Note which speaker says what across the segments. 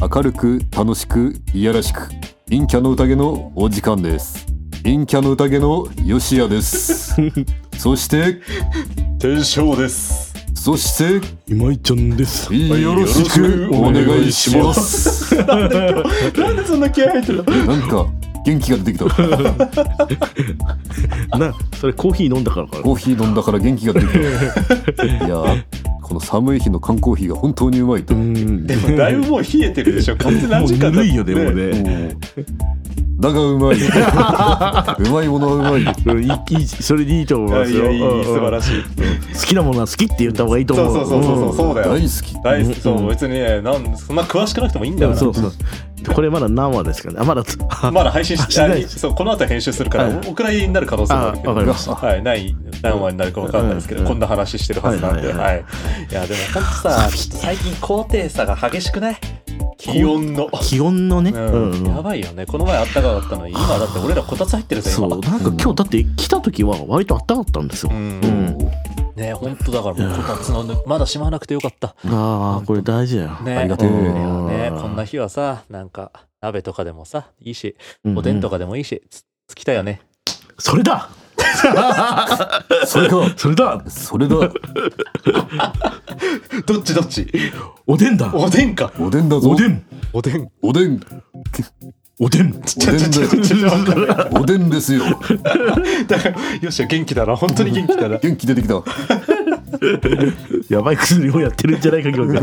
Speaker 1: 明るく楽しくいやらしく陰キャの宴のお時間です陰キャの宴の吉谷ですそして
Speaker 2: 天正です。
Speaker 1: そして
Speaker 3: 今井ちゃんです。
Speaker 1: よろしくお願いします
Speaker 2: なんでそんな気合入ってる の
Speaker 1: なんか元気が出てきたコ
Speaker 3: な、それコーヒー飲んだからかな。
Speaker 1: ーヒー飲んだから元気が出てきたいやーこの寒い日の缶コーヒーが本当にうまいと
Speaker 3: うーん。で
Speaker 2: だいぶもう冷えてるでしょ。完全
Speaker 3: も
Speaker 2: 何
Speaker 3: う
Speaker 2: 時間
Speaker 3: ぬ
Speaker 2: だ
Speaker 3: るいよ、でも。ね。
Speaker 1: だがうまいうまいものはうまい
Speaker 3: うんいいいいそれでいいと思い
Speaker 2: いやい
Speaker 3: ます
Speaker 2: や
Speaker 3: よ。
Speaker 2: いい
Speaker 3: うんうん
Speaker 2: 素晴らしい。
Speaker 3: 好きなものは好きって言った方がいいと
Speaker 2: そう
Speaker 3: 思。
Speaker 2: そううそうそうそうだ
Speaker 1: 大
Speaker 2: よ。
Speaker 1: 好き
Speaker 2: 大好き。そううん別にねなんそんな詳しくなくてもいいんだ
Speaker 3: で
Speaker 2: よ
Speaker 3: も
Speaker 2: な。
Speaker 3: そうそう。これまだ何話ですかね。あ、まだつ、あ、
Speaker 2: まだ配信し
Speaker 3: しない
Speaker 2: あそうこの後編集するか
Speaker 3: は
Speaker 2: らお蔵入りになる可能性もあるけ
Speaker 3: わか
Speaker 2: ど。
Speaker 3: りました。
Speaker 2: はい、ない何話になるかわかんないですけど、
Speaker 3: うん
Speaker 2: こんな話してるはずなんで、
Speaker 3: はい
Speaker 2: は
Speaker 3: はい
Speaker 2: いいやでもほんとさちょっと最近高低差が激しくない気温の、
Speaker 3: 気温のね。
Speaker 2: う
Speaker 3: うん
Speaker 2: ん
Speaker 3: うん
Speaker 2: やばいよねこの前あったかかったのに今だって俺らこたつ入ってるぜ
Speaker 3: そ
Speaker 2: 今
Speaker 3: う、なんか今日だって来た時は割と暖かかったんですよ
Speaker 2: う。ん
Speaker 3: うん
Speaker 2: ね本当だからもうこたつのぬまだしまわなくてよかった
Speaker 3: ああ、これ大事だよ。
Speaker 2: ね
Speaker 1: ありがてえ
Speaker 2: いや
Speaker 3: うん
Speaker 2: ねこんな日はさなんか鍋とかでもさいいし
Speaker 3: う
Speaker 2: おでんと
Speaker 3: か。
Speaker 2: かでもいいしつつきたよね
Speaker 3: それだ
Speaker 1: それか
Speaker 3: それだ
Speaker 1: それだ
Speaker 2: どっちどっち
Speaker 3: おでんだ
Speaker 2: おでんか
Speaker 1: おでんだぞ
Speaker 3: おでん
Speaker 2: おでん
Speaker 1: おでんお
Speaker 3: おでん
Speaker 1: でんだよおでんですよ
Speaker 2: だからよっしゃ元気だな本当に元気だな
Speaker 1: 元気出てきた
Speaker 3: やばい薬をやってるんじゃないか今日が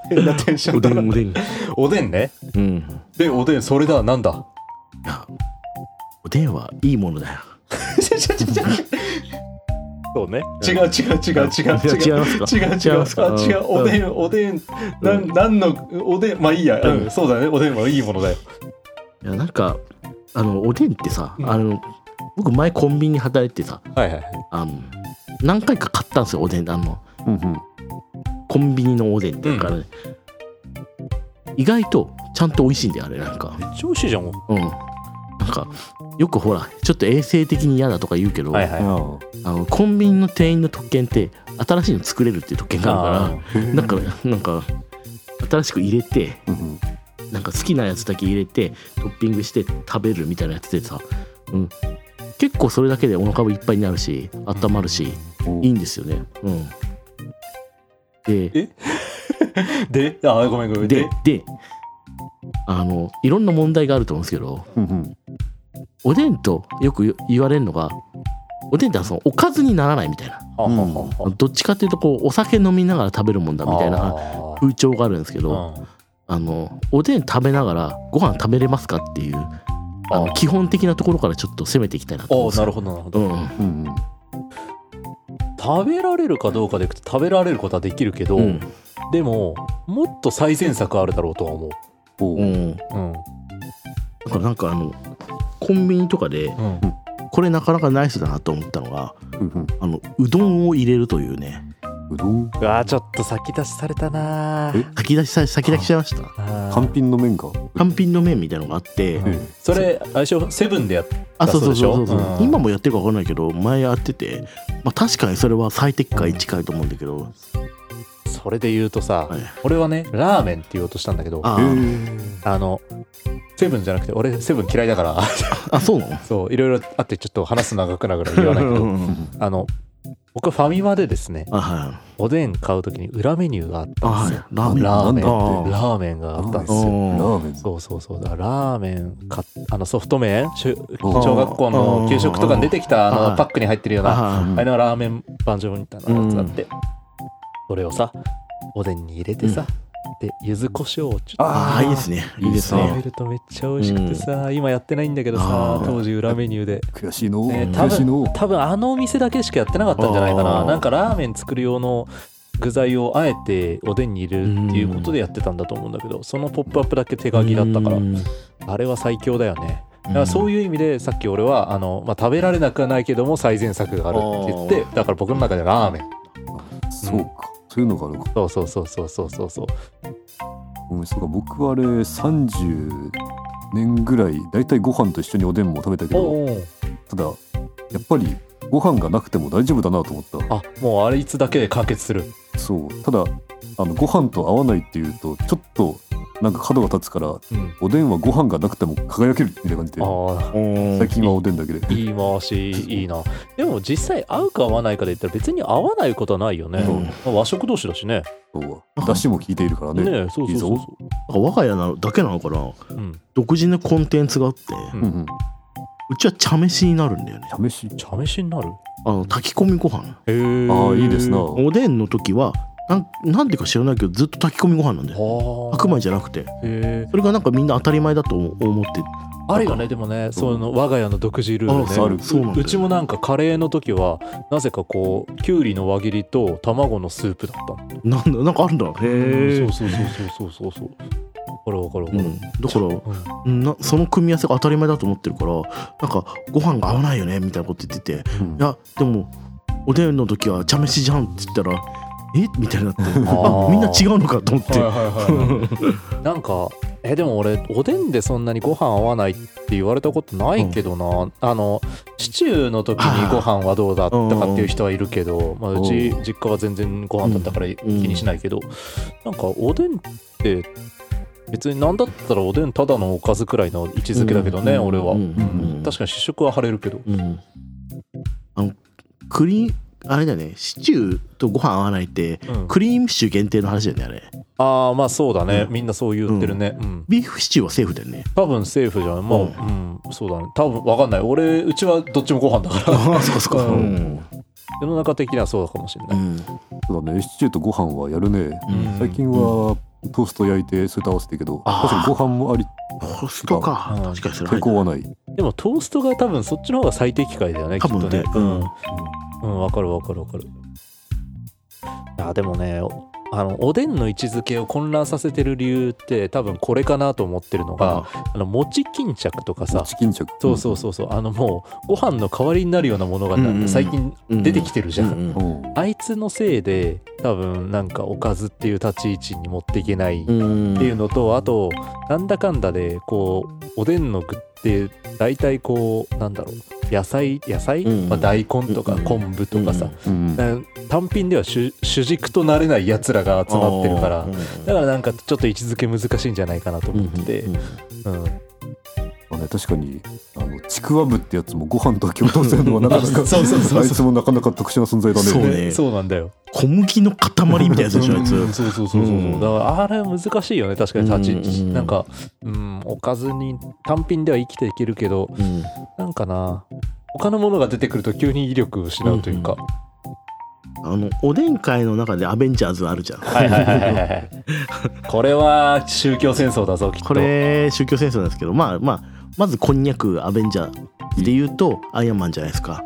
Speaker 2: 変なテンショ
Speaker 3: お
Speaker 2: ンだ
Speaker 3: で
Speaker 2: なん
Speaker 3: おでん
Speaker 2: おでんね
Speaker 3: うん
Speaker 2: でおでんそれだなんだ
Speaker 3: おでんはいいものだよ
Speaker 2: そうね違う違う違う違う
Speaker 3: い
Speaker 2: 違う
Speaker 3: や違いますか
Speaker 2: 違う違
Speaker 3: 違いうますか
Speaker 2: あ違うおでんおでんなんなんのおでんまあいいや
Speaker 3: うん
Speaker 2: うんそうだねおでんはいいものだよ
Speaker 3: いやなんかあのおでんってさ、
Speaker 2: うん
Speaker 3: あの僕前コンビニに働いてさ
Speaker 2: はいはい
Speaker 3: あの何回か買ったんですよおでんあの
Speaker 1: うんうん
Speaker 3: コンビニのおでんってだから、ね意外とちゃんと美味しいんだよあれなんか
Speaker 2: めっちゃ美味しいじゃんもう
Speaker 3: うんなんかよくほらちょっと衛生的に嫌だとか言うけど、
Speaker 2: はいはい
Speaker 1: あ
Speaker 3: あのコンビニの店員の特権って新しいの作れるっていう特権があるからなんかなんか新しく入れて
Speaker 1: あうん
Speaker 3: なんか好きなやつだけ入れてトッピングして食べるみたいなやつでさ、うん、結構それだけでお腹もいっぱいになるし温まるし
Speaker 1: うん
Speaker 3: いいんですよね。うん、で
Speaker 2: であごめんごめん
Speaker 3: でであのいろんな問題があると思うんですけど
Speaker 1: うんうん
Speaker 3: おでんとよく言言われるのがおでんってそのおかずにならないみたいな
Speaker 2: はははは
Speaker 3: どっちかっていうとこうお酒飲みながら食べるもんだみたいな
Speaker 2: あ
Speaker 3: 風潮があるんですけど。
Speaker 2: ー
Speaker 3: あのおでん食べながらご飯食べれますかっていうあの
Speaker 2: あ
Speaker 3: 基本的なところからちょっと攻めていきたいなと
Speaker 2: うん
Speaker 3: 思
Speaker 2: おー
Speaker 3: うんです
Speaker 2: な
Speaker 3: よ
Speaker 2: るほどなるほど
Speaker 3: うん
Speaker 1: うんうん
Speaker 2: 食べられるかどうかでいくと食べられることはできるけど、
Speaker 3: うん
Speaker 2: でももっと最善策あるだろうとは思う
Speaker 1: おう
Speaker 3: うん、だ
Speaker 2: うん
Speaker 3: からなんかあのコンビニとかで
Speaker 2: うん
Speaker 3: これなかなかナイスだなと思ったのが
Speaker 1: うんうん
Speaker 3: あのうどんを入れるというね
Speaker 1: うどん
Speaker 2: うわーちょっと先出しされたなー
Speaker 1: え
Speaker 3: 先出しさ先出しちゃいました
Speaker 2: あー
Speaker 1: 単品の麺か
Speaker 3: 単品の麺みたいなのがあって
Speaker 2: うんそれ相性セブンでやっ
Speaker 3: あそうそうそうそう
Speaker 2: そうでしょうん
Speaker 3: 今もやってるか分かんないけど前やってて、まあ、確かにそれは最適解に近いと思うんだけど
Speaker 2: それで言うとさ、
Speaker 3: はい
Speaker 2: 俺はねラーメンって言おうとしたんだけどあ
Speaker 3: あ
Speaker 1: へ
Speaker 3: ー
Speaker 1: え
Speaker 2: のセブンじゃなくて俺セブン嫌いだから
Speaker 3: あそうなの
Speaker 2: そういろいろあってちょっと話す長くなるから言わない けど
Speaker 3: うん
Speaker 2: あの僕ファミマでですね
Speaker 3: あはい
Speaker 2: おでん買う時に裏メニューがあっ
Speaker 3: あ
Speaker 2: たん
Speaker 3: はい
Speaker 2: ですよ
Speaker 3: ラーメン
Speaker 2: ラーメン
Speaker 1: なん
Speaker 3: だって
Speaker 2: ラーメンがあったんです
Speaker 3: う
Speaker 2: よ
Speaker 3: ん
Speaker 1: ラーメン
Speaker 2: そうそうそうだからラーメンかあのソフト麺しゅ
Speaker 1: おー
Speaker 2: 小学校の給食とかに出てきた
Speaker 3: あー
Speaker 2: あのパックに入ってるようなあ
Speaker 3: あ
Speaker 1: うん
Speaker 2: れのラーメンバージョンみたいなやつがあってそれをさおでんに入れてさで柚子胡椒をちょっ
Speaker 1: あ
Speaker 3: あーいいですねいいです
Speaker 2: と食べ
Speaker 3: ね
Speaker 2: るとめっちゃ美味しくてさ今やってないんだけど
Speaker 3: あ
Speaker 2: さ
Speaker 3: ー
Speaker 2: 当時裏メニューで
Speaker 1: 悔しいの、
Speaker 2: ね多
Speaker 1: 悔しいの
Speaker 2: 分多分あのお店だけしかやってなかったんじゃないか
Speaker 3: あ
Speaker 2: な
Speaker 3: ー
Speaker 2: なんかラーメン作る用の具材をあえておでんに入れるっていうことでやってたんだと思うんだけどそのポップアップだけ手書きだったからあれは最強だよね。だからそう
Speaker 3: い
Speaker 2: いう意味でさっき俺はあの、まあ、食べられなくはないけども最善策があるって言ってだから僕の中でラーメン
Speaker 1: そうかそういうのがあるか
Speaker 2: そうそうそうそうそうそうそう
Speaker 1: うんそうか僕はあれ30年ぐらいだいたいご飯と一緒におでんも食べたけど
Speaker 2: おうおう
Speaker 1: ただやっぱりご飯がなくても大丈夫だなと思っ
Speaker 2: あもうあれいつだけで完結する
Speaker 1: たそうただあのご飯と合わないっていうとちょっとなんか角が立つから
Speaker 2: うん、
Speaker 1: おでんはご飯がなくても輝けるみたいな感じで
Speaker 2: あ
Speaker 1: 最近はおでんだけで
Speaker 2: あいい回しいいなでも実際合うか合わないかで言ったら別に合わないことはないよね、
Speaker 3: うん
Speaker 2: まあ和食同士だしね
Speaker 1: そうだしも効いているからね
Speaker 2: ねそうそうそうそ
Speaker 3: 我が家なだけなのかな
Speaker 2: う、うん、
Speaker 3: 独自のコンテンツがあって、う
Speaker 2: うん
Speaker 1: うん
Speaker 3: ちは茶飯になるんだよね
Speaker 1: うん試し
Speaker 2: 茶飯になる
Speaker 3: あの炊き込みご飯
Speaker 2: へえ
Speaker 1: ああいいですな
Speaker 3: おでんの時はなんなんでか知らないけどずっと炊き込みご飯なんだよ白
Speaker 2: 白
Speaker 3: 米じゃなくて
Speaker 2: へえ
Speaker 3: それがなんかみんな当たり前だと思思って
Speaker 2: あるよねでもねそういうの我が家の独自ルールね
Speaker 1: あそうある
Speaker 3: そうなんだよ
Speaker 2: うちもなんかカレーの時はなぜかこうきゅうりの輪切りと卵のスープだったの
Speaker 3: なんだなんかあるんだへえ、
Speaker 2: うんそうそうそうそうそうそうそうわかるわか
Speaker 3: う
Speaker 2: るわかる、
Speaker 3: ん、だから
Speaker 2: うん
Speaker 3: うんなその組み合わせが当たり前だと思ってるからなんかご飯が合わないよねみたいなこと言ってて「
Speaker 1: うん
Speaker 3: いやでもおでんの時は茶飯じゃん」って言ったら「えみたいになってあ
Speaker 2: ー
Speaker 3: みんな違うのかと思って、
Speaker 2: はい、 なんかえでも俺おでんでそんなにご飯合わないって言われたことないけどな、あのシチューの時にご飯はどうだとかっていう人はいるけど、まあ、うち実家は全然ご飯だったから気にしないけど、なんかおでんって別に何だったらおでんただのおかずくらいの位置づけだけどね、
Speaker 3: うん
Speaker 2: 俺は、
Speaker 3: うんうん
Speaker 2: 確かに主食は晴れるけど
Speaker 3: うんあのクリーンあれだよねシチューとご飯合わないって
Speaker 2: うん
Speaker 3: クリームシチュー限定の話だよねあれ
Speaker 2: ああまあそうだね、
Speaker 3: うん
Speaker 2: みんなそう言ってるね、うん
Speaker 3: ビーフシチューはセーフだよね
Speaker 2: 多分セーフじゃないまあ、
Speaker 3: う
Speaker 2: うんそうだね多分わかんない俺うちはどっちもご飯だ から
Speaker 3: ああそっかそっか
Speaker 2: う
Speaker 3: うんん、
Speaker 2: 世の中的にはそうかもしれ
Speaker 3: う
Speaker 2: ない、
Speaker 3: ん
Speaker 1: そうだねシチューとご飯はやるね
Speaker 2: うん
Speaker 1: 最近はトースト焼いてそれと合わせてるけど
Speaker 3: あー
Speaker 1: 確かにご飯もあり
Speaker 3: コストか
Speaker 2: うん
Speaker 3: 確かにそ
Speaker 1: 抵
Speaker 3: れ入ってる
Speaker 1: 抗はない
Speaker 2: でもトーストが多分そっちの方が最適解だよねき
Speaker 3: 多
Speaker 2: っと
Speaker 3: 分
Speaker 2: ね
Speaker 3: ね
Speaker 2: うんうんわかるわかるわかるあでもねあのおでんの位置づけを混乱させてる理由って多分これかなと思ってるのが
Speaker 3: あ
Speaker 2: あの餅巾着とかさ
Speaker 1: チキンチャク
Speaker 2: そうそうそうそうあのもうご飯の代わりになるようなものが
Speaker 3: うんうんうん
Speaker 2: 最近出てきてるじゃん、
Speaker 3: うん
Speaker 1: うんうん
Speaker 2: あいつのせいで多分なんかおかずっていう立ち位置に持っていけない
Speaker 3: うん
Speaker 2: っていうのとあとなんだかんだでこうおでんの具って大体こうなんだろう野菜野菜、
Speaker 3: うん
Speaker 2: まあ、大根とか
Speaker 3: うん
Speaker 2: 昆布とかさ、
Speaker 1: うん
Speaker 2: な単品では主主軸となれないやつらが集まってるから
Speaker 3: うん
Speaker 2: だからなんかちょっと位置づけ難しいんじゃないかなと思ってて、
Speaker 3: うん
Speaker 2: うん
Speaker 1: まあね確かにあのちくわぶってやつもご飯と共同するのはなかなか
Speaker 2: そうそうそうそう
Speaker 1: あいつもなかなか特殊な存在だね
Speaker 3: そうね
Speaker 2: でそうなんだよ
Speaker 3: 小麦の塊みたいなやつでしょあいつ
Speaker 2: うんそうそうそうそうそう、
Speaker 3: うん
Speaker 2: だからあれ難しいよね確かに立ち位置、
Speaker 3: うん
Speaker 2: なんか、うん、おかずに単品では生きていけるけど
Speaker 3: うん
Speaker 2: なんかな他のものが出てくると急に威力を失うというか、
Speaker 3: あのおでん界の中でアベンジャーズあるじゃん
Speaker 2: はいはいはいはいはい。 これは宗教戦争だぞ、きっと。
Speaker 3: これ宗教戦争なんですけどまあまあまずこんにゃくアベンジャーで言うとアイアンマンじゃないですか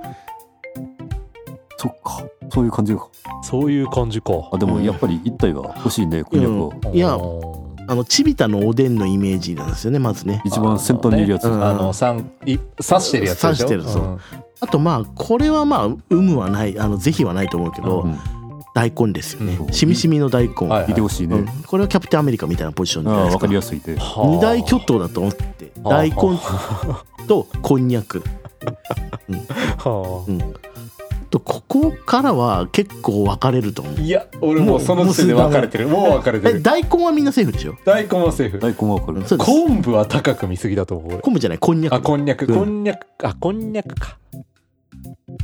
Speaker 1: そっかそういう感じか
Speaker 2: そういう感じか。
Speaker 1: あでもやっぱり一体は欲しいねこんにゃくは
Speaker 3: うんいや
Speaker 2: うん
Speaker 3: あのちびたのおでんのイメージなんですよねまずね
Speaker 1: 一番先端にいるやつ
Speaker 3: あそうねうん
Speaker 2: あの、さん、い刺してるやつでしょ。
Speaker 3: 刺してるそうんあとまあこれはまあ有無はないあの是非はないと思うけど、
Speaker 1: うん
Speaker 3: 大根ですよね、
Speaker 1: うん
Speaker 3: しみしみの大根、
Speaker 2: はい
Speaker 1: いてほしいね、
Speaker 3: うんこれはキャプテンアメリカみたいなポジションじ
Speaker 1: あ
Speaker 3: ゃない
Speaker 1: あ
Speaker 3: です
Speaker 1: 分か
Speaker 3: か
Speaker 1: りやすいで
Speaker 2: はあ
Speaker 3: 二大巨頭だと思って
Speaker 2: はあ
Speaker 3: 大根とこんにゃく、
Speaker 2: は
Speaker 3: うん、とここからは結構分かれると思う
Speaker 2: あいや、俺もうその時点で分かれてる。もう分かれて
Speaker 3: え
Speaker 2: る。
Speaker 3: 大根はみんなセーフでしょ
Speaker 2: 大根はセーフ。
Speaker 1: 大根は分かる、
Speaker 3: そうです
Speaker 2: 昆布は高く見すぎだと思う。俺
Speaker 3: 昆布じゃないこんにゃ
Speaker 2: あ、
Speaker 3: く
Speaker 2: こんにゃく、
Speaker 3: うん
Speaker 2: こんにゃく、あ、こんにゃくか。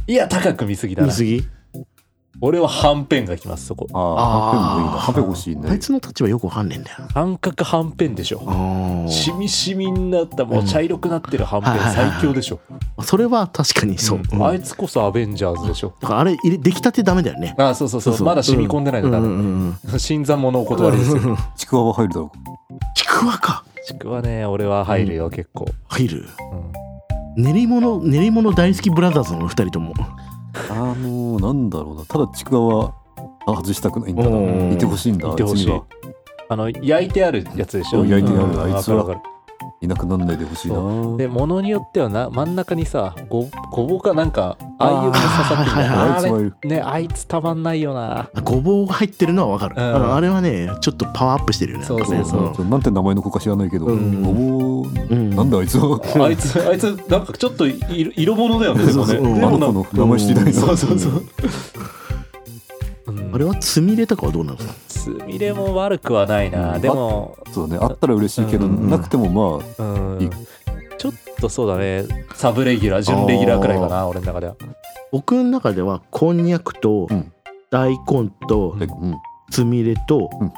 Speaker 2: いや、高く見すぎだな。
Speaker 3: 水ぎ
Speaker 2: 俺ははんぺんがきます、そこ。
Speaker 1: ああはんぺんもいいなはんぺん欲しい
Speaker 3: あい
Speaker 1: ね
Speaker 3: つの立場よくわかんねえんだよな
Speaker 2: 半角はんぺんでしょ。
Speaker 3: あ
Speaker 2: しみしみになったもう茶色くなってるはんぺ
Speaker 3: うん
Speaker 2: ん
Speaker 3: はいはいはい
Speaker 2: 最強でしょ、
Speaker 3: あそれは確かにそう、うん
Speaker 2: あいつこそアベンジャーズでしょ、
Speaker 3: だからあれ入れ出来たてダメだよね
Speaker 2: あそうそうそうまだ染み込んでないの
Speaker 3: だ
Speaker 2: 多分、新参者お断りですよ
Speaker 1: ちくわは入るだろう
Speaker 3: ちくわか
Speaker 2: ちくわね俺は入るよ結構、
Speaker 3: 入る
Speaker 2: うん
Speaker 3: 練り物練り物大好きブラザーズの2人とも
Speaker 1: あのー、なんだろうなただちくわはあ外したくないんだ
Speaker 3: うんうんう
Speaker 1: なんいてほしいんだ
Speaker 2: いてほし
Speaker 1: あつ
Speaker 2: い
Speaker 1: には
Speaker 2: あの焼いてあるやつでしょ
Speaker 1: うん焼いてある
Speaker 2: うん
Speaker 1: あいつ
Speaker 2: わ
Speaker 1: は
Speaker 2: かるわか
Speaker 1: いなくなんないでほしいな
Speaker 2: るでものによってはな真ん中にさごごぼうかなんかああいうの刺さってんだよ
Speaker 1: あ
Speaker 2: あ
Speaker 1: いつ
Speaker 2: れ
Speaker 1: はいる
Speaker 2: ねあいつたまんないよな
Speaker 3: ごぼうが入ってるのは分かる、
Speaker 2: うん
Speaker 3: あのあれはねちょっとパワーアップしてるよね
Speaker 2: そうそうそ
Speaker 1: んちょなんて名前の子か知らないけど、
Speaker 3: うん
Speaker 1: ごぼう
Speaker 3: うん
Speaker 1: なんであいつは
Speaker 2: あいつあいつなんかちょっと色色物だよねでもね
Speaker 3: そうそう
Speaker 2: で
Speaker 1: あ
Speaker 2: も
Speaker 1: の
Speaker 2: な
Speaker 1: 子
Speaker 2: んか
Speaker 1: の名前知りたいな
Speaker 2: そうそうそう、うん
Speaker 3: あれはつみれとかはどうなの
Speaker 2: つつみれも悪くはないな、
Speaker 1: うん
Speaker 2: でも、
Speaker 1: そうだねあったら嬉しいけど、
Speaker 3: うん
Speaker 1: なくてもまあ
Speaker 2: うん
Speaker 1: いい
Speaker 2: ちょっとそうだねサブレギュラー準レギュラーくらいかな俺の中では
Speaker 3: 僕の中ではこんにゃくと
Speaker 1: うん
Speaker 3: 大根と
Speaker 1: でうん
Speaker 3: つみれと
Speaker 1: うん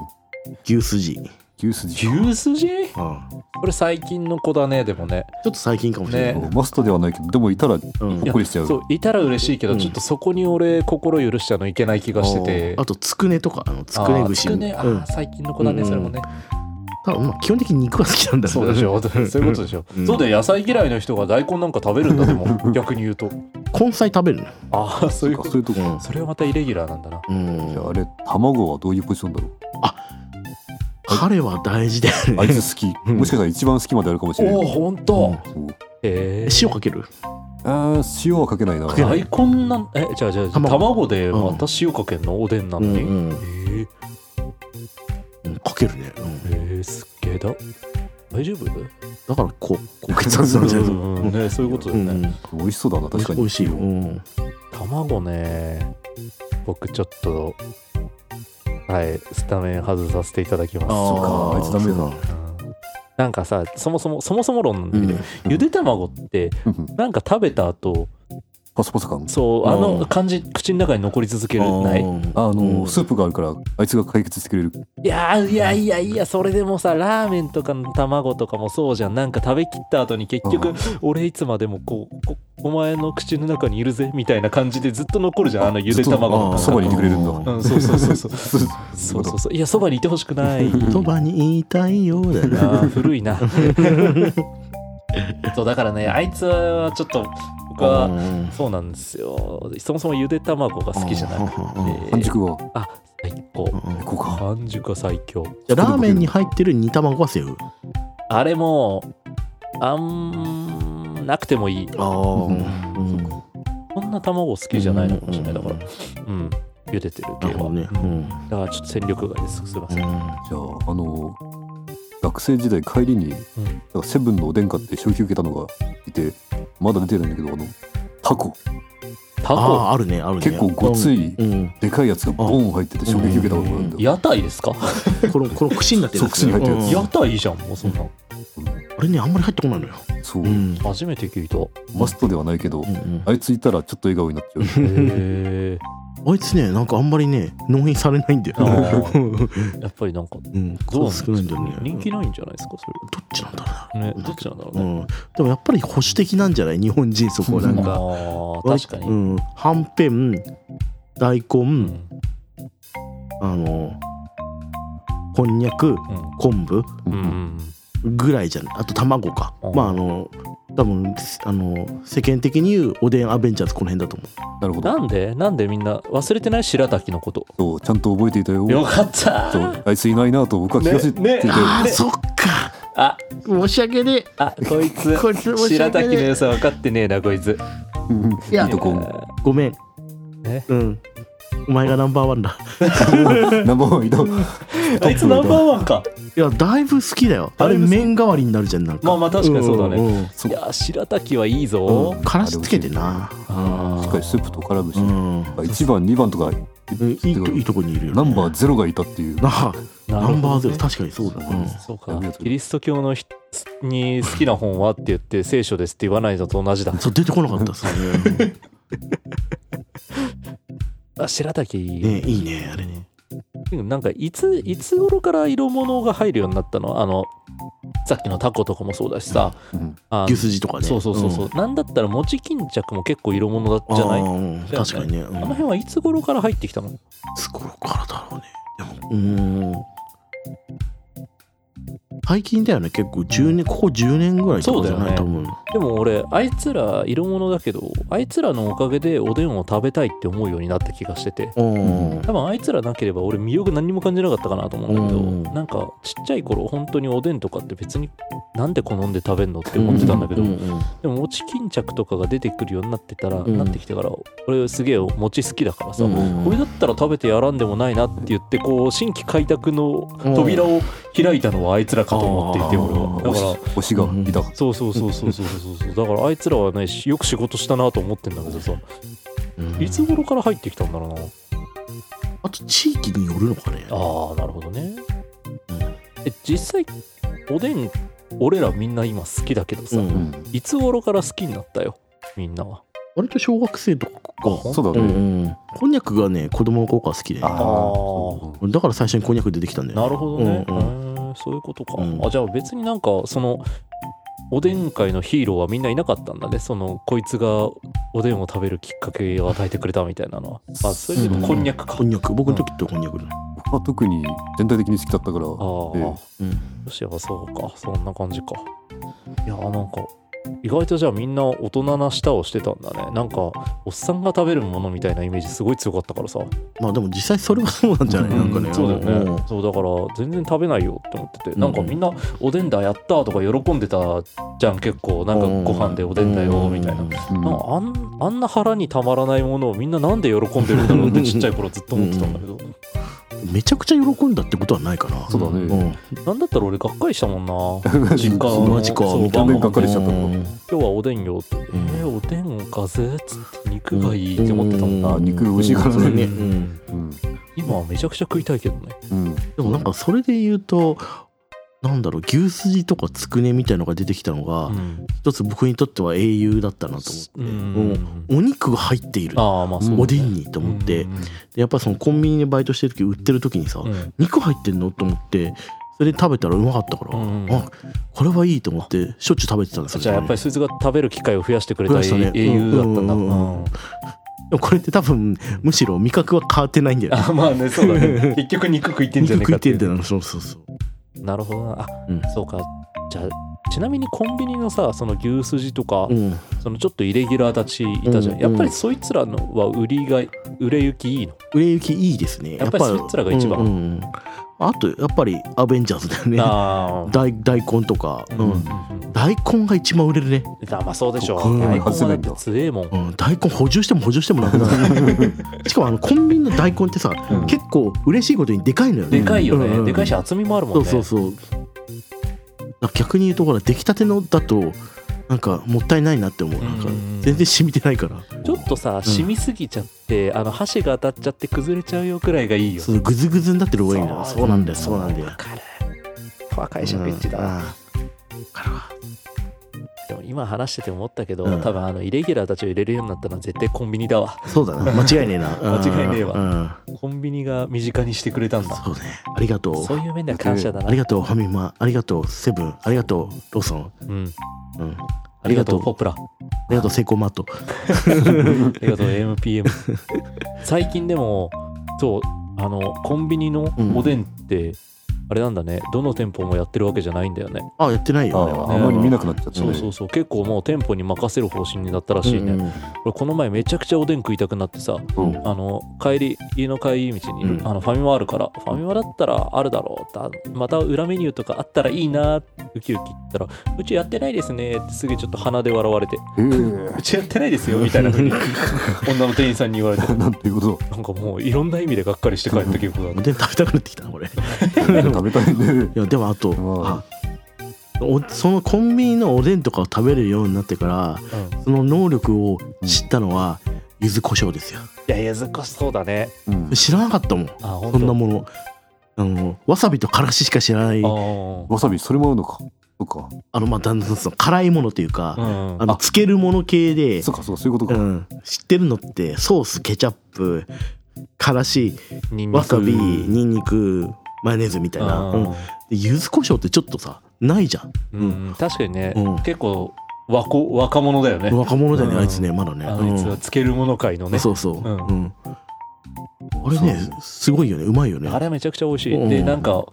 Speaker 3: 牛すじ、
Speaker 1: 牛すじ
Speaker 2: 牛すじ
Speaker 3: うん
Speaker 2: これ最近の子だねでもね
Speaker 3: ちょっと最近かもしれない、
Speaker 1: マストではないけどでもいたらほっ
Speaker 3: うん
Speaker 1: こりしちゃう
Speaker 2: そういたら嬉しいけど、
Speaker 3: うん
Speaker 2: ちょっとそこに俺心許しちゃうのいけない気がしてて
Speaker 3: あとつくねとかあのつくね串
Speaker 2: あーつくねあー
Speaker 3: うん
Speaker 2: 最近の子だね、
Speaker 3: うん
Speaker 2: それもね
Speaker 3: 多分まあ基本的に肉は好きなんだ
Speaker 2: そうでし
Speaker 3: ょ
Speaker 2: ょそういうことでしょ、
Speaker 3: うん
Speaker 2: そうだよ野菜嫌いの人が大根なんか食べるんだでも逆に言うと
Speaker 3: 根菜食べるね
Speaker 2: ああそういう
Speaker 1: か
Speaker 2: こと
Speaker 1: そういうとこ、
Speaker 3: うん
Speaker 2: それはまたイレギュラーなんだな
Speaker 3: うん
Speaker 1: じゃああれ卵はどういうポジションだろう
Speaker 3: 彼は大事だよ
Speaker 1: あい
Speaker 3: ね
Speaker 1: つ好き
Speaker 3: うん
Speaker 1: もしかしたら一番好きまであるかもしれな
Speaker 2: おお
Speaker 1: い
Speaker 2: ほんと、
Speaker 3: うん
Speaker 1: そう
Speaker 2: えー
Speaker 3: 塩かける
Speaker 1: あー塩はかけないな
Speaker 3: かけない
Speaker 2: 大根なんえじゃあじゃあ
Speaker 3: 卵
Speaker 2: 卵でまた塩かけんの、おでんなのに、
Speaker 3: うんうん
Speaker 2: えー
Speaker 3: うんかけるね、うん
Speaker 2: えー、すっげえだ大丈夫
Speaker 3: だからこう高血圧なんじゃない
Speaker 2: うん
Speaker 3: の
Speaker 2: うんうんねそういうことだよね、
Speaker 3: うん
Speaker 1: 美味しそうだな確か
Speaker 3: 美
Speaker 1: に
Speaker 3: 味しいよ、うん
Speaker 2: 卵ね僕ちょっとはいスタメン外させていただきます
Speaker 1: っかあいつダメだ
Speaker 2: うんなんかさそもそもそもそも論なんだ
Speaker 3: う
Speaker 2: け
Speaker 3: ん
Speaker 2: ど、ゆで卵って
Speaker 1: うんうん
Speaker 2: なんか食べた後
Speaker 1: パサパサ感
Speaker 2: そう
Speaker 3: あ
Speaker 2: あ
Speaker 3: ー
Speaker 2: の感じ口の中に残り続けるない
Speaker 1: あの、
Speaker 3: うん
Speaker 1: スープがあるからあいつが解決してくれる
Speaker 2: いやーいやいやいやそれでもさラーメンとかの卵とかもそうじゃんなんか食べきった後に結
Speaker 1: う
Speaker 2: 局俺いつまでもこうこお前の口の中にいるぜみたいな感じでずっと残るじゃんあのゆで卵の
Speaker 1: ずっとあーそ
Speaker 2: 感
Speaker 1: ばにいてくれるんだ
Speaker 3: うん
Speaker 2: うん そうそうそうそう
Speaker 1: そう
Speaker 2: そうそうそういやそばにいてほしくない
Speaker 3: そばにいたいよう だな
Speaker 2: なあ古いな そうだからねあいつはちょっと僕は
Speaker 3: うん
Speaker 2: そうなんですよそもそもゆで卵が好きじゃなくて
Speaker 3: うん
Speaker 1: 半熟は
Speaker 2: あ最高
Speaker 3: うん
Speaker 1: こうか
Speaker 2: 半熟は最強
Speaker 3: じゃあラーメンに入ってる煮卵はセーフ
Speaker 2: あれもあんなくてもいい
Speaker 3: ああ
Speaker 1: うん
Speaker 2: こんな卵好きじゃないのかもしれないだから
Speaker 3: な
Speaker 2: うん茹でてる系
Speaker 3: るほど
Speaker 2: は、
Speaker 3: ねうん
Speaker 2: だからちょっと戦力外ですすいません、
Speaker 1: じゃああの学生時代帰りに、なんかセブンのおでん買って衝撃受けたのがいてまだ出てないんだけどあのタコ
Speaker 2: タ
Speaker 3: あ
Speaker 2: コ
Speaker 3: ああるねあるね
Speaker 1: 結構ごつい
Speaker 3: うん
Speaker 1: でかいやつがボン入ってて衝撃受けたことがあるんだよ、
Speaker 2: 屋台ですか、
Speaker 3: このこの串になってる
Speaker 1: そう串に入ってるやつ
Speaker 3: うん
Speaker 2: 屋台じゃんもうそんなの
Speaker 3: あれねあんまり入ってこないのよ
Speaker 1: そう、
Speaker 3: うん
Speaker 2: 初めて聞いた
Speaker 1: マストではないけど、
Speaker 3: うん
Speaker 1: あいついたらちょっと笑顔になっちゃう
Speaker 2: へえ
Speaker 3: あいつねなんかあんまりね納品されないんだよ
Speaker 2: あーやっぱりなんか
Speaker 3: うん
Speaker 2: どうなんです
Speaker 3: 少
Speaker 2: か
Speaker 3: ないんだよね
Speaker 2: 人気
Speaker 3: どっ
Speaker 2: ないんじゃないですかそ
Speaker 3: ちなんだろうな
Speaker 2: れねどっちなんだろう
Speaker 3: う
Speaker 2: ね、
Speaker 3: んでもやっぱり保守的なんじゃない日本人そこはなん
Speaker 2: あ
Speaker 3: か
Speaker 2: あ確かに、
Speaker 3: うんはんぺん大根、
Speaker 2: うん
Speaker 3: あのこんにゃく
Speaker 2: うん
Speaker 3: 昆布
Speaker 1: う
Speaker 2: うんん
Speaker 3: ぐらいじゃんあと卵か、
Speaker 2: うん
Speaker 3: まああの多分あの世間的に言うおでんアベンジャーズこの辺だと思う
Speaker 1: なるほ
Speaker 2: な
Speaker 1: ど
Speaker 2: んでなんでみんな忘れてない白滝のこと
Speaker 1: そうちゃんと覚えていたよ
Speaker 2: よかった
Speaker 1: そうあいついないなと僕は気が付いてい
Speaker 2: ね
Speaker 1: て、
Speaker 2: ね
Speaker 3: あーそっか
Speaker 2: あ
Speaker 3: 申し訳ね
Speaker 2: あこいつ
Speaker 3: こいつ申し
Speaker 2: 白
Speaker 3: 訳
Speaker 2: 滝の
Speaker 3: ね
Speaker 2: 良さ分かってねえなこいつ
Speaker 1: うん
Speaker 3: いや
Speaker 1: いいとこ
Speaker 3: ごめん
Speaker 2: え
Speaker 3: うんお前がナンバーワンだ
Speaker 1: ナンバーワンいた
Speaker 2: あいつナンバーワンか
Speaker 3: いやだいぶ好きだよあ
Speaker 2: だ
Speaker 3: れ
Speaker 2: いぶ好き
Speaker 3: 麺代わりになるじゃんなんか
Speaker 2: まあまあ確かにそうだね
Speaker 3: んん
Speaker 1: そう
Speaker 2: いや白滝はいいぞ、
Speaker 3: うんからしつけてな
Speaker 2: あ
Speaker 1: しっか
Speaker 2: ー
Speaker 1: りスープと絡むし、
Speaker 3: うん
Speaker 1: 1番2番とか
Speaker 3: うんいいといいとこにいるよ
Speaker 1: ナ
Speaker 3: ね
Speaker 1: ンバーゼロがいたっていう
Speaker 3: なあ
Speaker 2: なるほ
Speaker 3: ナ
Speaker 2: どね
Speaker 3: ンバーゼロ確かにそうだな、うん
Speaker 2: そう
Speaker 1: や
Speaker 2: か
Speaker 1: めようと
Speaker 2: キリスト教の人に好きな本はって言って聖書ですって言わないのと同じだ
Speaker 3: そう出てこなかったそれね
Speaker 2: あ白滝いい
Speaker 3: ねいいねあれね
Speaker 2: なんかいついつ頃から色物が入るようになったのあのさっきのタコとかもそうだしさ、
Speaker 1: うん
Speaker 2: あの
Speaker 3: 牛すじとかね
Speaker 2: そうそうそうそう、なんだったら餅巾着も結構色物だ
Speaker 3: うん
Speaker 2: じゃない
Speaker 3: あ
Speaker 2: あ
Speaker 3: ーうん
Speaker 2: じゃない
Speaker 3: 確かにね、うん、
Speaker 2: の辺はいつ頃から入ってきたの
Speaker 3: つ頃からだろうねでもうーん最近だよね結構10年ここ10年ぐらいとかじゃないと
Speaker 2: そう
Speaker 3: 思う
Speaker 2: でも俺あいつら色物だけどあいつらのおかげでおでんを食べたいって思うようになった気がしてて
Speaker 3: うん
Speaker 2: 多分あいつらなければ俺魅力何も感じなかったかなと思うんだけど、
Speaker 3: うん
Speaker 2: なんかちっちゃい頃本当におでんとかって別になんで好んで食べんのって思ってたんだけど、
Speaker 3: うんうん
Speaker 2: でも餅巾着とかが出てくるようになってたら、
Speaker 3: うん
Speaker 2: なってきてから俺すげえ餅好きだからさ、
Speaker 3: うん
Speaker 2: これだったら食べてやらんでもないなって言ってこう新規開拓の扉を開いたのはあいつらかと思っていて
Speaker 3: うん
Speaker 2: 俺はだ
Speaker 1: 推し
Speaker 2: から
Speaker 1: 推しがいた、
Speaker 2: そうそうそうそうそうそうそうだからあいつらはねしよく仕事したなと思ってんだけどさ
Speaker 3: うん
Speaker 2: いつ頃から入ってきたんだろうな
Speaker 3: あと地域によるのかね
Speaker 2: ああなるほどね、
Speaker 3: うん
Speaker 2: え実際おでん俺らみんな今好きだけどさ、
Speaker 3: うん
Speaker 1: うん
Speaker 2: いつ頃から好きになったよみんなは
Speaker 3: 割と小学生とかか
Speaker 1: そう
Speaker 3: う
Speaker 1: だ
Speaker 3: ん
Speaker 1: ね。
Speaker 3: うんこんにゃくがね子供の頃から好きで
Speaker 1: ああ
Speaker 2: ー
Speaker 3: だから最初にこんにゃく出てきたんだよね
Speaker 2: なるほどね、
Speaker 3: うん
Speaker 2: へーそういうことか、
Speaker 3: うん
Speaker 2: あじゃあ別になんかそのおでん界のヒーローはみんないなかったんだねそのこいつがおでんを食べるきっかけを与えてくれたみたいなのはあそれでもこんにゃくか、
Speaker 3: こんにゃく僕の時ってこんにゃくだね
Speaker 1: 僕は特に全体的に好きだったから。
Speaker 2: ああ、
Speaker 1: ええ
Speaker 2: ロシアはそうかそんな感じかいやーなんか意外とじゃあみんな大人な舌をしてたんだねなんかおっさんが食べるものみたいなイメージすごい強かったからさ
Speaker 3: まあでも実際それはそうなんじゃない、なんかね
Speaker 2: うんそうだよね
Speaker 3: ん
Speaker 2: そうだから全然食べないよって思ってて、
Speaker 3: うん
Speaker 2: なんかみんな「おでんだやった!」とか喜んでたじゃん結構なんかご飯でおでんだよみたいな。
Speaker 1: うん
Speaker 2: なんかあんあんな腹にたまらないものをみんななんで喜んでるんだろ うってちっちゃい頃ずっと思ってたんだけど、
Speaker 3: めちゃくちゃ喜んだってことはないかな
Speaker 1: そうだね
Speaker 3: んうん
Speaker 2: なんだったら俺がっかりしたもん な実家の
Speaker 3: マジか
Speaker 2: そう
Speaker 3: みた
Speaker 1: いな
Speaker 2: 晩ご飯
Speaker 1: がっかりしちゃったの
Speaker 3: うん
Speaker 2: 今日はおでんよって、えーおでんかぜっつって肉がいいって思ってたもんな、
Speaker 1: あ肉美味しいから
Speaker 3: そうだ
Speaker 1: ね。
Speaker 3: ね、
Speaker 2: う
Speaker 3: うん、
Speaker 1: うん
Speaker 2: 今はめちゃくちゃ食いたいけどね
Speaker 1: うん
Speaker 3: でもなんかそれで言うとなんだろう牛すじとかつくねみたいのが出てきたのが、
Speaker 2: うん、
Speaker 3: 一つ僕にとっては英雄だったなと思って、
Speaker 2: うん
Speaker 3: うんお肉が入っている
Speaker 2: ああまあそうだね
Speaker 3: おでんにと思って、
Speaker 2: うん
Speaker 3: でやっぱそのコンビニでバイトしてる時売ってる時にさ、
Speaker 2: うん
Speaker 3: 肉入ってんのと思ってそれで食べたらうまかったから、
Speaker 2: うんうん
Speaker 3: あこれはいいと思ってしょっちゅう食べてたんですよ
Speaker 2: じゃあやっぱりそいつが食べる機会を増やしてくれた
Speaker 3: 増やしたね
Speaker 2: 英雄だったんだ、
Speaker 3: うんうんうんでもこれって多分むしろ味覚は変わってないんだよね
Speaker 2: あまあねそうだ ね結局肉食いてんじ
Speaker 3: 肉
Speaker 2: ゃねえ
Speaker 3: 食
Speaker 2: か
Speaker 3: い
Speaker 2: って
Speaker 3: て
Speaker 2: い
Speaker 3: るって
Speaker 2: う
Speaker 3: なのそうそうそう
Speaker 2: なるほどなあ、
Speaker 3: うん
Speaker 2: そうかじゃあちなみにコンビニのさその牛すじとか、
Speaker 3: うん
Speaker 2: そのちょっとイレギュラーたちいたじゃん、
Speaker 3: うん
Speaker 2: やっぱりそいつらのは売りが売れ行きいいの
Speaker 3: 売れ行きいいですね
Speaker 2: やっぱりそいつらが一番
Speaker 3: うんうんうんあとやっぱりアベンジャーズだよね
Speaker 2: あー
Speaker 3: 大大根とか、うん
Speaker 2: うん
Speaker 3: 大根が一番売れるね、
Speaker 2: あまあそうでしょ
Speaker 3: う
Speaker 2: う。
Speaker 3: ん
Speaker 2: 大根はだって強えもん。
Speaker 3: うん、大根補充しても補充してもなくな るしかもあのコンビニの大根ってさ、
Speaker 1: うん
Speaker 3: 結構嬉しいことにでかいのよね
Speaker 2: でかいよ
Speaker 3: うんうんう
Speaker 2: ね。
Speaker 3: ん
Speaker 2: でかいし厚みもあるもんね。
Speaker 3: そうそうそうあ逆に言うとほら出来たてのだとなんかもったいないなって思うなんか
Speaker 2: うん
Speaker 3: 全然染みてないから
Speaker 2: ちょっとさ、染みすぎちゃって、あの箸が当たっちゃって崩れちゃうよくらいがいいよ。
Speaker 3: そのグズグズになってる方がいいな
Speaker 2: そう
Speaker 3: そうなんだよそうなんだよ
Speaker 2: わかる。若い社会一だ
Speaker 3: うん
Speaker 2: わ。
Speaker 3: あーからは
Speaker 2: でも今話してて思ったけど、
Speaker 3: うん
Speaker 2: 多分あのイレギュラーたちを入れるようになったのは絶対コンビニだわ。
Speaker 3: そうだ な間違いねえな
Speaker 2: 間違いねえわ
Speaker 3: わ
Speaker 2: コンビニが身近にしてくれたんだ。
Speaker 3: そうねありがとう
Speaker 2: そういう面では感謝だ
Speaker 3: あ
Speaker 2: な
Speaker 3: り。がとうファミマありがとうセブンありがとうローソン
Speaker 2: うん。
Speaker 3: うんあ
Speaker 2: あ
Speaker 3: り
Speaker 2: り
Speaker 3: が
Speaker 2: が
Speaker 3: と
Speaker 2: と
Speaker 3: う
Speaker 2: う、ポ プラ。
Speaker 3: りがとうセイコーマート
Speaker 2: ありがとう、AMPM。最近でも、そう、あの、コンビニのおでんって、あれなんだね、どの店舗もやってるわけじゃないんだよね。
Speaker 3: あやってないよあれ
Speaker 1: あ
Speaker 3: は
Speaker 1: ああまり見なくなっちゃった
Speaker 2: そ
Speaker 1: ね。
Speaker 2: うそうそう、結構もう店舗に任せる方針になったらしいね。
Speaker 3: うんうん
Speaker 2: 俺、この前めちゃくちゃおでん食いたくなってさ、
Speaker 1: うん
Speaker 2: あの、帰り、家の帰り道に、
Speaker 3: うん
Speaker 2: あのファミマあるから、ファミマだったらあるだろうだ、また裏メニューとかあったらいいな、ウキウキ言ったら、うちやってないですねってすげえちょっと鼻で笑われて、
Speaker 1: へ
Speaker 2: うちやってないですよみたいな風に、 女の店員さんに言われて。
Speaker 1: え。なんていうこと。
Speaker 2: なんかもういろんな意味でがっかりして帰った記憶があっ
Speaker 3: おでん食べたくなってきたなこれ
Speaker 1: 食べたいね。
Speaker 3: いやでもあと
Speaker 1: ん
Speaker 3: あおそのコンビニのおでんとかを食べれるようになってから
Speaker 2: て、い
Speaker 3: その能力を知ったのは柚子胡椒ですよ
Speaker 2: やいやずかしそうだね
Speaker 1: うん。
Speaker 3: 知らなかったもん
Speaker 2: あほ
Speaker 3: そんなものあのわさびとからししか知らないあ
Speaker 2: ん
Speaker 1: わさびそれもあるのか。そうか。
Speaker 3: のまあだんだんその辛いものというか、
Speaker 2: うん
Speaker 3: あのつけるもの系で
Speaker 1: そうかそうかそういうこと
Speaker 3: う
Speaker 1: か。
Speaker 3: ん、知ってるのってソースケチャップからし
Speaker 2: ニンニク
Speaker 3: わさびにんにくマヨネーズみたいな、うん、で柚子胡椒ってちょっとさないじゃん
Speaker 2: うんうん確かにね、
Speaker 3: うん
Speaker 2: 結構和子若者だよね
Speaker 3: 若者だよね、
Speaker 2: うん
Speaker 3: あいつねまだね
Speaker 2: あのいつはつけるもの界のね、
Speaker 3: そうそう、う
Speaker 2: うんん
Speaker 3: あれねすごいよねうまいよね
Speaker 2: あれはめちゃくちゃ美味しい、
Speaker 3: うん
Speaker 2: でなんか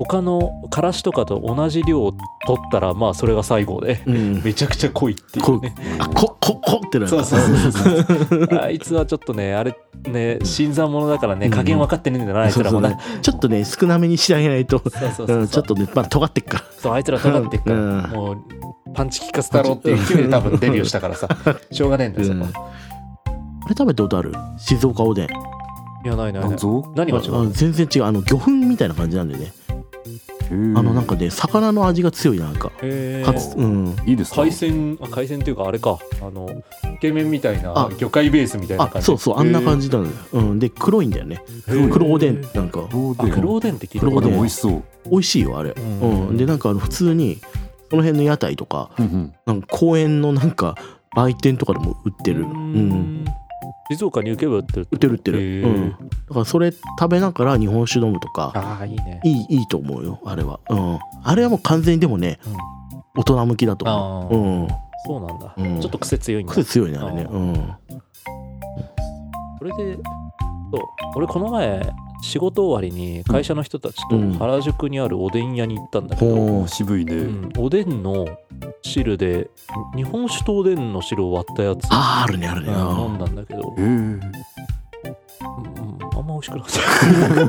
Speaker 2: 他のからしとかと同じ量を取ったらまあそれが最後で
Speaker 3: うん
Speaker 2: めちゃくちゃ濃いってい
Speaker 3: こ
Speaker 2: う
Speaker 3: う
Speaker 2: ね
Speaker 3: あこここってなる
Speaker 2: そうそうそうそうあいつはちょっとねあれね新参者だからね加減分かってねえんだなあいつ
Speaker 3: そう
Speaker 2: ら
Speaker 3: そ
Speaker 2: も
Speaker 3: う
Speaker 2: な
Speaker 3: ねちょっとね少なめにしてあげないと
Speaker 2: そうそうそうそう
Speaker 3: うんちょっとねまだ尖ってっか
Speaker 2: そうあいつら尖ってっから、
Speaker 3: うん
Speaker 2: もうパンチ効かせたろうっていう勢いで多分デビューしたからさしょうがねえんだ
Speaker 3: ら、
Speaker 2: よ
Speaker 3: う
Speaker 2: そ
Speaker 3: ん
Speaker 2: こ
Speaker 3: あれ食べたことある静岡おでん
Speaker 2: いやないない
Speaker 1: な
Speaker 2: なんい
Speaker 1: ぞ。
Speaker 2: 何が違う
Speaker 3: あ全然違うあの魚粉みたいな感じなんだよねあのなんかね魚の味が強いなんか
Speaker 2: へ
Speaker 3: かつ、うん、
Speaker 1: いいですか
Speaker 2: 海鮮あ海鮮っていうかあれかあのイケメンみたいな
Speaker 3: あ
Speaker 2: 魚介ベースみたいな
Speaker 3: あ
Speaker 2: 感じ
Speaker 3: そうそうあんな感じなんだよ、うん、で黒いんだよね
Speaker 2: へー
Speaker 3: 黒おでんなんか
Speaker 1: どう
Speaker 2: あ
Speaker 1: で
Speaker 2: 黒おでんって聞いた
Speaker 1: 黒
Speaker 2: こ
Speaker 1: お
Speaker 2: と
Speaker 1: で
Speaker 2: な
Speaker 1: も美
Speaker 2: い
Speaker 1: 味しそう
Speaker 3: 美味しいよあれ、う
Speaker 2: うんん
Speaker 3: でなんかあの普通にその辺の屋台とか
Speaker 1: うんうん
Speaker 3: なんか公園のなんか売店とかでも売ってる、う、
Speaker 2: うんん静岡に行けば売ってる
Speaker 3: 売ってる売ってる、
Speaker 2: へー
Speaker 3: うん、だからそれ食べながら日本酒飲むとか
Speaker 2: ああいいね
Speaker 3: いいいいと思うよあれは、うん、あれはもう完全にでもね、大人向きだと思う、
Speaker 2: そうなんだ、
Speaker 3: うん
Speaker 2: ちょっと癖強いん
Speaker 3: うん、
Speaker 2: だ
Speaker 3: 癖強いねあれね
Speaker 2: あー
Speaker 3: うん
Speaker 2: それでそう俺この前仕事終わりに会社の人たちと
Speaker 3: うん
Speaker 2: 原宿にあるおでん屋に行ったんだけど、うん
Speaker 3: ほう
Speaker 1: 渋いね、
Speaker 2: おでんの汁で日本酒とおでんの汁を割ったやつ
Speaker 3: あーあるねあるね、
Speaker 2: うん飲んだんだけど、
Speaker 1: えー、
Speaker 2: うんあんま美味しくなかっ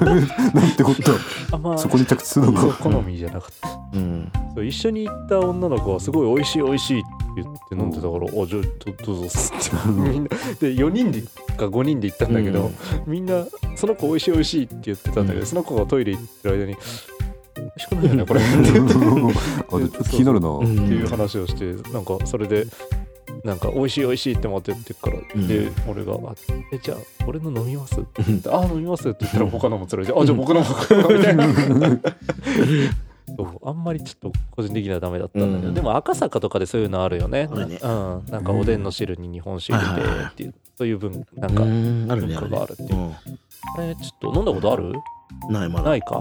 Speaker 1: なんてことだ
Speaker 2: たあんま
Speaker 1: そこに着地するの
Speaker 2: そう
Speaker 1: か
Speaker 2: 好みじゃなかった
Speaker 3: うん
Speaker 2: そう一緒に行った女の子はすごい美味しい美味しいって言って飲んでたから「あじゃあどどうぞ」っつってみんなで4人 でか5人で行ったんだけど、みんなその子美味しい美味しいって言ってたんだけど、
Speaker 3: うん
Speaker 2: その子がトイレ行ってる間に「美味しくないよねこれ」って言って
Speaker 1: あで
Speaker 2: っ
Speaker 1: ちょっと気になるな、
Speaker 3: うん
Speaker 2: ていう話をしてなんかそれで。なんか美味しい美味しいって思ってってから、
Speaker 3: うん
Speaker 2: で俺があ「えじゃあ俺の飲みます?」って
Speaker 3: うん
Speaker 2: 言って「あ飲みます」って言ったら他のも連れて「あじゃあ僕のも僕のも」みたいなそうあんまりちょっと個人的にはダメだったんだけど、
Speaker 3: うん
Speaker 2: でも赤坂とかでそういうのあるよね
Speaker 3: あるね
Speaker 2: うん、なんかおでんの汁に日本酒入れてっていう、そういう分なんか、
Speaker 3: うんあるねある
Speaker 2: 文化があるってい
Speaker 3: ね、うん
Speaker 2: あれちょっと飲んだことある
Speaker 3: ないまだ
Speaker 2: ないか、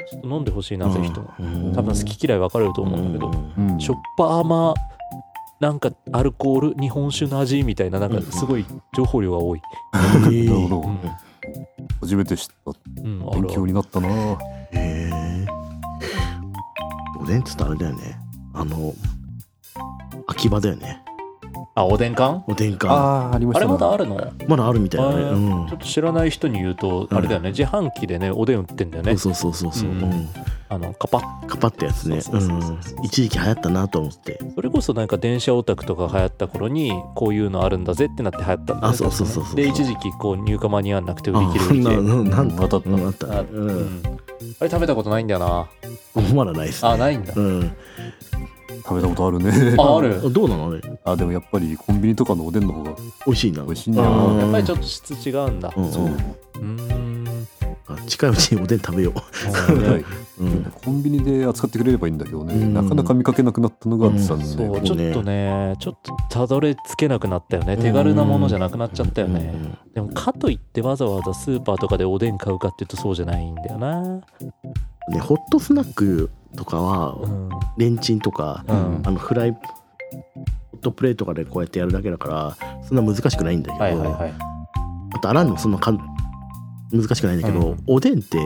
Speaker 3: う
Speaker 2: ちょっと飲んでほしいなぜひとも、
Speaker 3: ん
Speaker 2: 多分好き嫌い分かれると思うんだけど、
Speaker 1: うん
Speaker 2: しょっぱ甘なんかアルコール日本酒の味みたいななんかすごい情報量が多い、
Speaker 3: うん
Speaker 1: なるほど、
Speaker 2: うん
Speaker 1: 初めて知った
Speaker 2: うんあ
Speaker 1: 勉
Speaker 2: るあ
Speaker 1: 強
Speaker 2: る
Speaker 1: になったな
Speaker 3: へえおでんっつったらあれだよねあの秋葉だよね
Speaker 2: あおでん缶
Speaker 3: おでん館
Speaker 1: ああありま
Speaker 2: あれまだあ
Speaker 1: る
Speaker 2: るの
Speaker 3: まだあるみたいだね
Speaker 2: あー
Speaker 3: うん
Speaker 2: ちょっと知らない人に言うとあれだよね、自販機でねおでん売ってんだよね
Speaker 3: そうそうそうそう、う
Speaker 2: うん
Speaker 3: ん、
Speaker 2: あのカパッ
Speaker 3: かぱったやつね
Speaker 2: そううそうそうんそう
Speaker 3: 一時期流行ったなと思って
Speaker 2: それこそなんか電車オタクとか流行った頃にこういうのあるんだぜってなって流行ったんだよね
Speaker 3: あそうそう
Speaker 2: 確かね
Speaker 3: そうそう
Speaker 2: で一時期こう入荷間に合わなくて売り切れ
Speaker 3: あ
Speaker 2: 売り切
Speaker 3: な
Speaker 2: れ
Speaker 3: ななん
Speaker 1: また
Speaker 3: うんあった
Speaker 2: あ,、う
Speaker 3: うん
Speaker 2: ん、あれ食べたことないんだよな
Speaker 3: まだないっすね
Speaker 2: あないんだ
Speaker 3: うん
Speaker 1: 食べたことあるね
Speaker 2: あある
Speaker 3: どうなのあれ
Speaker 1: あでもやっぱりコンビニとかのおでんの方が
Speaker 3: 美味しいな
Speaker 1: 美味しいんだよな
Speaker 3: うん
Speaker 2: やっぱりちょっと質違うんだ
Speaker 3: うん
Speaker 1: そう、
Speaker 3: うん
Speaker 2: うーん
Speaker 3: あ近いうちにおでん食べよ
Speaker 1: 食べたい
Speaker 3: うん
Speaker 1: コンビニで扱ってくれればいいんだけどね、
Speaker 3: うん
Speaker 1: なかなか見かけなくなったのがあってたんで、
Speaker 2: そ
Speaker 3: こ
Speaker 2: う
Speaker 3: ね
Speaker 2: ちょっとねちょっとたどり着けなくなったよね手軽なものじゃなくなっちゃったよねでもかといってわざわざスーパーとかでおでん買うかっていうとそうじゃないんだよな
Speaker 3: ねホットスナックとか
Speaker 2: う
Speaker 3: は
Speaker 2: ん
Speaker 3: レンチンとか
Speaker 2: うん
Speaker 3: あのフライホットプレートとかでこうやってやるだけだからそんな難しくないんだけど、
Speaker 2: はいはいはい
Speaker 3: あと洗うのもそんなかん難しくないんだけど、
Speaker 2: うん
Speaker 3: おでんって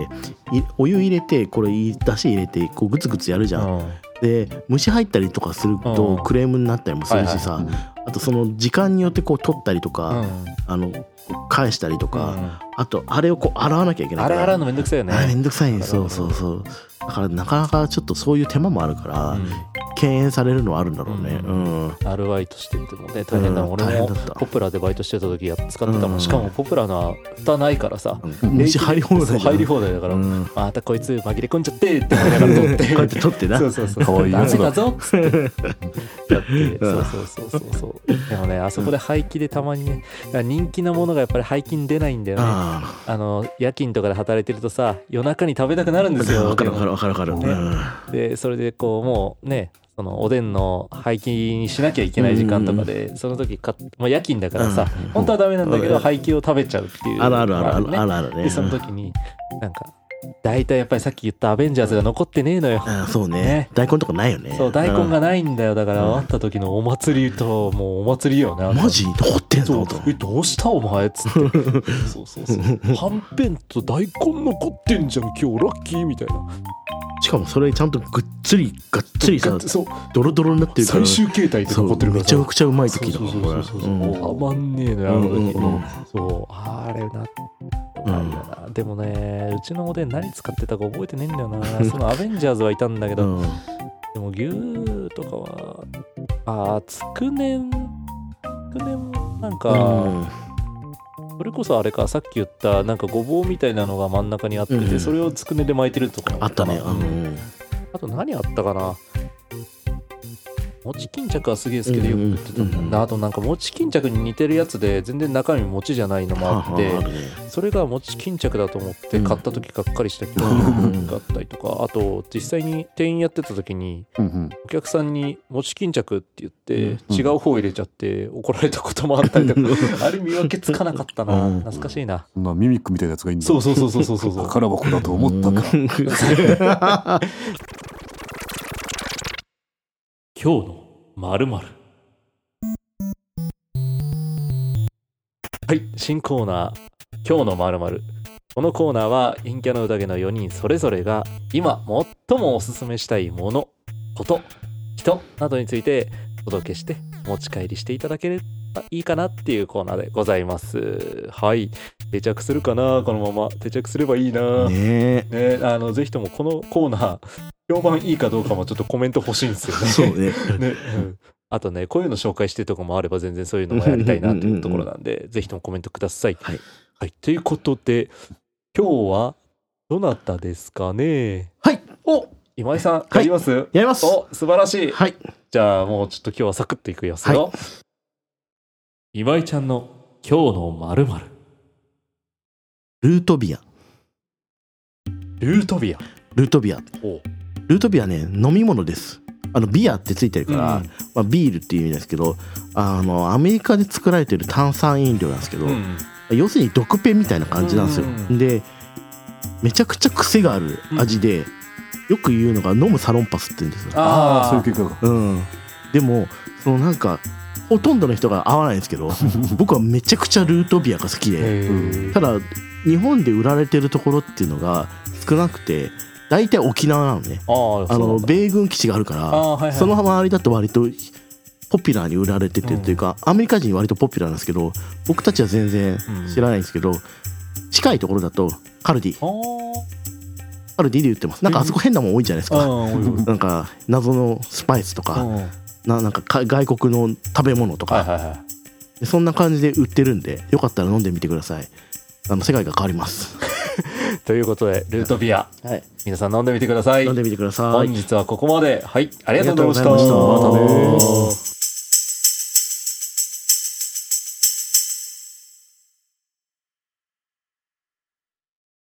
Speaker 3: いお湯入れてこれいいだし入れてこうグツグツやるじゃん、
Speaker 2: うん
Speaker 3: で虫入ったりとかする
Speaker 2: う
Speaker 3: と
Speaker 2: ん
Speaker 3: クレームになったりもするしさ、
Speaker 1: はいはい
Speaker 3: あとその時間によってこう取ったりとか、あのこう返したりとか、
Speaker 2: うん
Speaker 3: あとあれをこう洗わなきゃいけない
Speaker 2: あ
Speaker 3: か
Speaker 2: れ
Speaker 3: ら
Speaker 2: 洗うのめんどくさいよね
Speaker 3: あれめんどくさいね
Speaker 2: 洗う
Speaker 3: そ
Speaker 2: の
Speaker 3: うそうそうだからなかなかちょっとそういう手間もあるから、
Speaker 2: うん
Speaker 3: 敬遠されるのはあるんだろうねう、
Speaker 2: うんアルバイトしててもね大変だもん、
Speaker 3: うん
Speaker 2: 俺
Speaker 3: 大変
Speaker 2: も
Speaker 3: だった
Speaker 2: ポプラでバイトしてた時や使ってたもん、
Speaker 3: うん
Speaker 2: しかもポプラのは蓋ないからさ
Speaker 3: うん虫入り放題だ
Speaker 2: そう入り放題だから、
Speaker 3: うん
Speaker 2: またこいつ紛れ込んじゃってって思いながら撮っ
Speaker 3: こうやってて取ってな
Speaker 2: そうそうそう
Speaker 1: かわいいやつだ
Speaker 2: ダメだぞっつってやってそうそうそうそうそうでもねあそこで廃棄でたまにね人気なものがやっぱり廃棄に出ないんだよねあ
Speaker 3: あ
Speaker 2: の夜勤とかで働いてるとさ夜中に食べたくなるん
Speaker 3: あ
Speaker 2: ですよ
Speaker 3: 分かる分かる分かる分かる、
Speaker 2: ね
Speaker 3: うん
Speaker 2: でそれでこうもうねそのおでんの廃棄にしなきゃいけない時間とかで、その時か、まあ、夜勤だからさ、
Speaker 3: うん
Speaker 2: 本当はダメなんだけ
Speaker 3: う
Speaker 2: ど
Speaker 3: ん
Speaker 2: 廃棄を食べちゃうっていう
Speaker 3: あるあるあるあ
Speaker 2: の
Speaker 3: る
Speaker 2: が
Speaker 3: あ
Speaker 2: ね
Speaker 3: るあるね
Speaker 2: でその時になんか大体やっぱりさっき言ったアベンジャーズが残ってねえのよ
Speaker 3: ああそうね
Speaker 2: ね
Speaker 3: 大根とかないよね
Speaker 2: そう大根が
Speaker 3: な
Speaker 2: ないんだよだから
Speaker 3: うん
Speaker 2: 会った時のお祭りともうお祭りよねあと
Speaker 3: マジ掘ってん
Speaker 2: そ
Speaker 3: の
Speaker 2: う
Speaker 3: と
Speaker 2: えどうしたお前っつってそうそうそうはんぺんと大根残ってんじゃん今日ラッキーみたいな
Speaker 3: しかもそれちゃんとぐっつりがっつりさ
Speaker 2: そう
Speaker 3: ドロドロになってるから
Speaker 2: 最終形態で
Speaker 3: そ
Speaker 2: 残って
Speaker 3: う
Speaker 2: るか
Speaker 3: め
Speaker 2: ら
Speaker 3: ち
Speaker 2: さ
Speaker 3: ゃくちゃうまい時だ
Speaker 2: そう
Speaker 3: も
Speaker 2: そう
Speaker 3: んこ
Speaker 2: そ
Speaker 3: れ
Speaker 2: うそうそうう、
Speaker 3: ん
Speaker 2: たまんねえのよあ
Speaker 3: う
Speaker 2: の
Speaker 3: ん
Speaker 2: 時、
Speaker 3: うんうん
Speaker 2: そうあれな
Speaker 3: うん
Speaker 2: あれだなでもねうちのおでん何使ってたか覚えてねえんだよなそのアベンジャーズはいたんだけど、
Speaker 3: うん
Speaker 2: でも牛とかはあーつくねんつくねんもなんか、それこそあれかさっき言ったなんかごぼうみたいなのが真ん中にあってて、
Speaker 3: うん
Speaker 2: それをつくねで巻いてるとか
Speaker 3: あったねあの
Speaker 2: あと何あったかな餅巾着はすげえ好きでよく
Speaker 4: うんうん
Speaker 2: 食ってたもん
Speaker 4: うんうん
Speaker 2: なあとなんか餅巾着に似てるやつで全然中身餅じゃないのもあって
Speaker 4: はあはああるね
Speaker 2: それが餅巾着だと思って買った時がっかりした記
Speaker 4: うん
Speaker 2: 憶があったりとかあと実際に店員やってた時に
Speaker 1: うんうん
Speaker 2: お客さんに餅巾着って言って
Speaker 1: うん
Speaker 2: 違う方入れちゃって怒られたこともあったりとかあれ見分けつかなかったな
Speaker 4: うん
Speaker 2: 懐かしいな
Speaker 1: そんなミミックみたいなやつがいいんだ
Speaker 2: そうそうそうそうそう そう
Speaker 1: 宝箱だと思った
Speaker 4: う
Speaker 1: か
Speaker 4: ん
Speaker 2: 今日のまるまるはい新コーナー今日のまるまるこのコーナーは陰キャの宴の4人それぞれが今最もおすすめしたいものこと人などについてお届けしてお持ち帰りしていただければいいかなっていうコーナーでございますはい定着するかなこのまま定着すればいいな、
Speaker 3: ね
Speaker 2: ね、あのぜひともこのコーナー評判いいかどうかもちょっとコメント欲しいんですよ
Speaker 3: え
Speaker 2: ね。
Speaker 3: そうね
Speaker 2: ね、うん あとねこういうの紹介してるとこもあれば全然そういうのもやりたいなというところなんでぜひともコメントください。
Speaker 4: はい、
Speaker 2: はい、ということで今日はどなたですかね
Speaker 4: はいお
Speaker 2: 今井さん
Speaker 4: い
Speaker 2: あります、
Speaker 4: やります
Speaker 2: お素晴らしい
Speaker 4: はい
Speaker 2: じゃあもうちょっと今日はサクッといくよすよ、今井ちゃんの「今日のまる
Speaker 3: ルートビア
Speaker 2: ルートビア
Speaker 3: ルートビア
Speaker 2: お
Speaker 3: ルートビアね飲み物ですあのビアってついてるから、
Speaker 2: うん
Speaker 3: まあ、ビールっていう意味ですけどあのアメリカで作られてる炭酸飲料なんですけど、
Speaker 2: うん
Speaker 3: 要するに毒ペンみたいな感じなんですよ、
Speaker 2: うん
Speaker 3: でめちゃくちゃ癖がある味で、よく言うのが飲むサロンパスって言うんですよ、
Speaker 1: ああそういう
Speaker 2: 系
Speaker 1: 結果が
Speaker 3: うん、でもそのなんかほとんどの人が合わないんです けど僕はめちゃくちゃルートビアが好きで
Speaker 2: うん
Speaker 3: ただ日本で売られてるところっていうのが少なくて大体沖縄なのね
Speaker 2: あー
Speaker 3: あ
Speaker 2: そうな
Speaker 3: の
Speaker 2: んだ
Speaker 3: 米軍基地があるから、
Speaker 2: あーはいはい
Speaker 3: その周りだと割とポピュラーに売られてて
Speaker 2: うん
Speaker 3: というか、アメリカ人に割とポピュラーなんですけど僕たちは全然知らないんですけど、近いところだとカルディ
Speaker 2: あー
Speaker 3: カルディで売ってますなんかあそこ変なもん多いじゃないです
Speaker 2: あ
Speaker 3: か、
Speaker 2: ーおいおいおい
Speaker 3: なんか謎のスパイスと
Speaker 2: う
Speaker 3: か、
Speaker 2: んはい
Speaker 3: ななんかか外国の食べ物とか、
Speaker 2: はいはい
Speaker 3: でそんな感じで売ってるんでよかったら飲んでみてくださいあの世界が変わります
Speaker 2: ということでルートビア
Speaker 3: はい
Speaker 2: 皆さん飲んでみてください
Speaker 3: 飲んでみてくださ
Speaker 2: 本
Speaker 3: い
Speaker 2: 日はここまではいありがとうございました
Speaker 3: ありがとうございま
Speaker 1: また
Speaker 3: した
Speaker 1: ね
Speaker 2: またね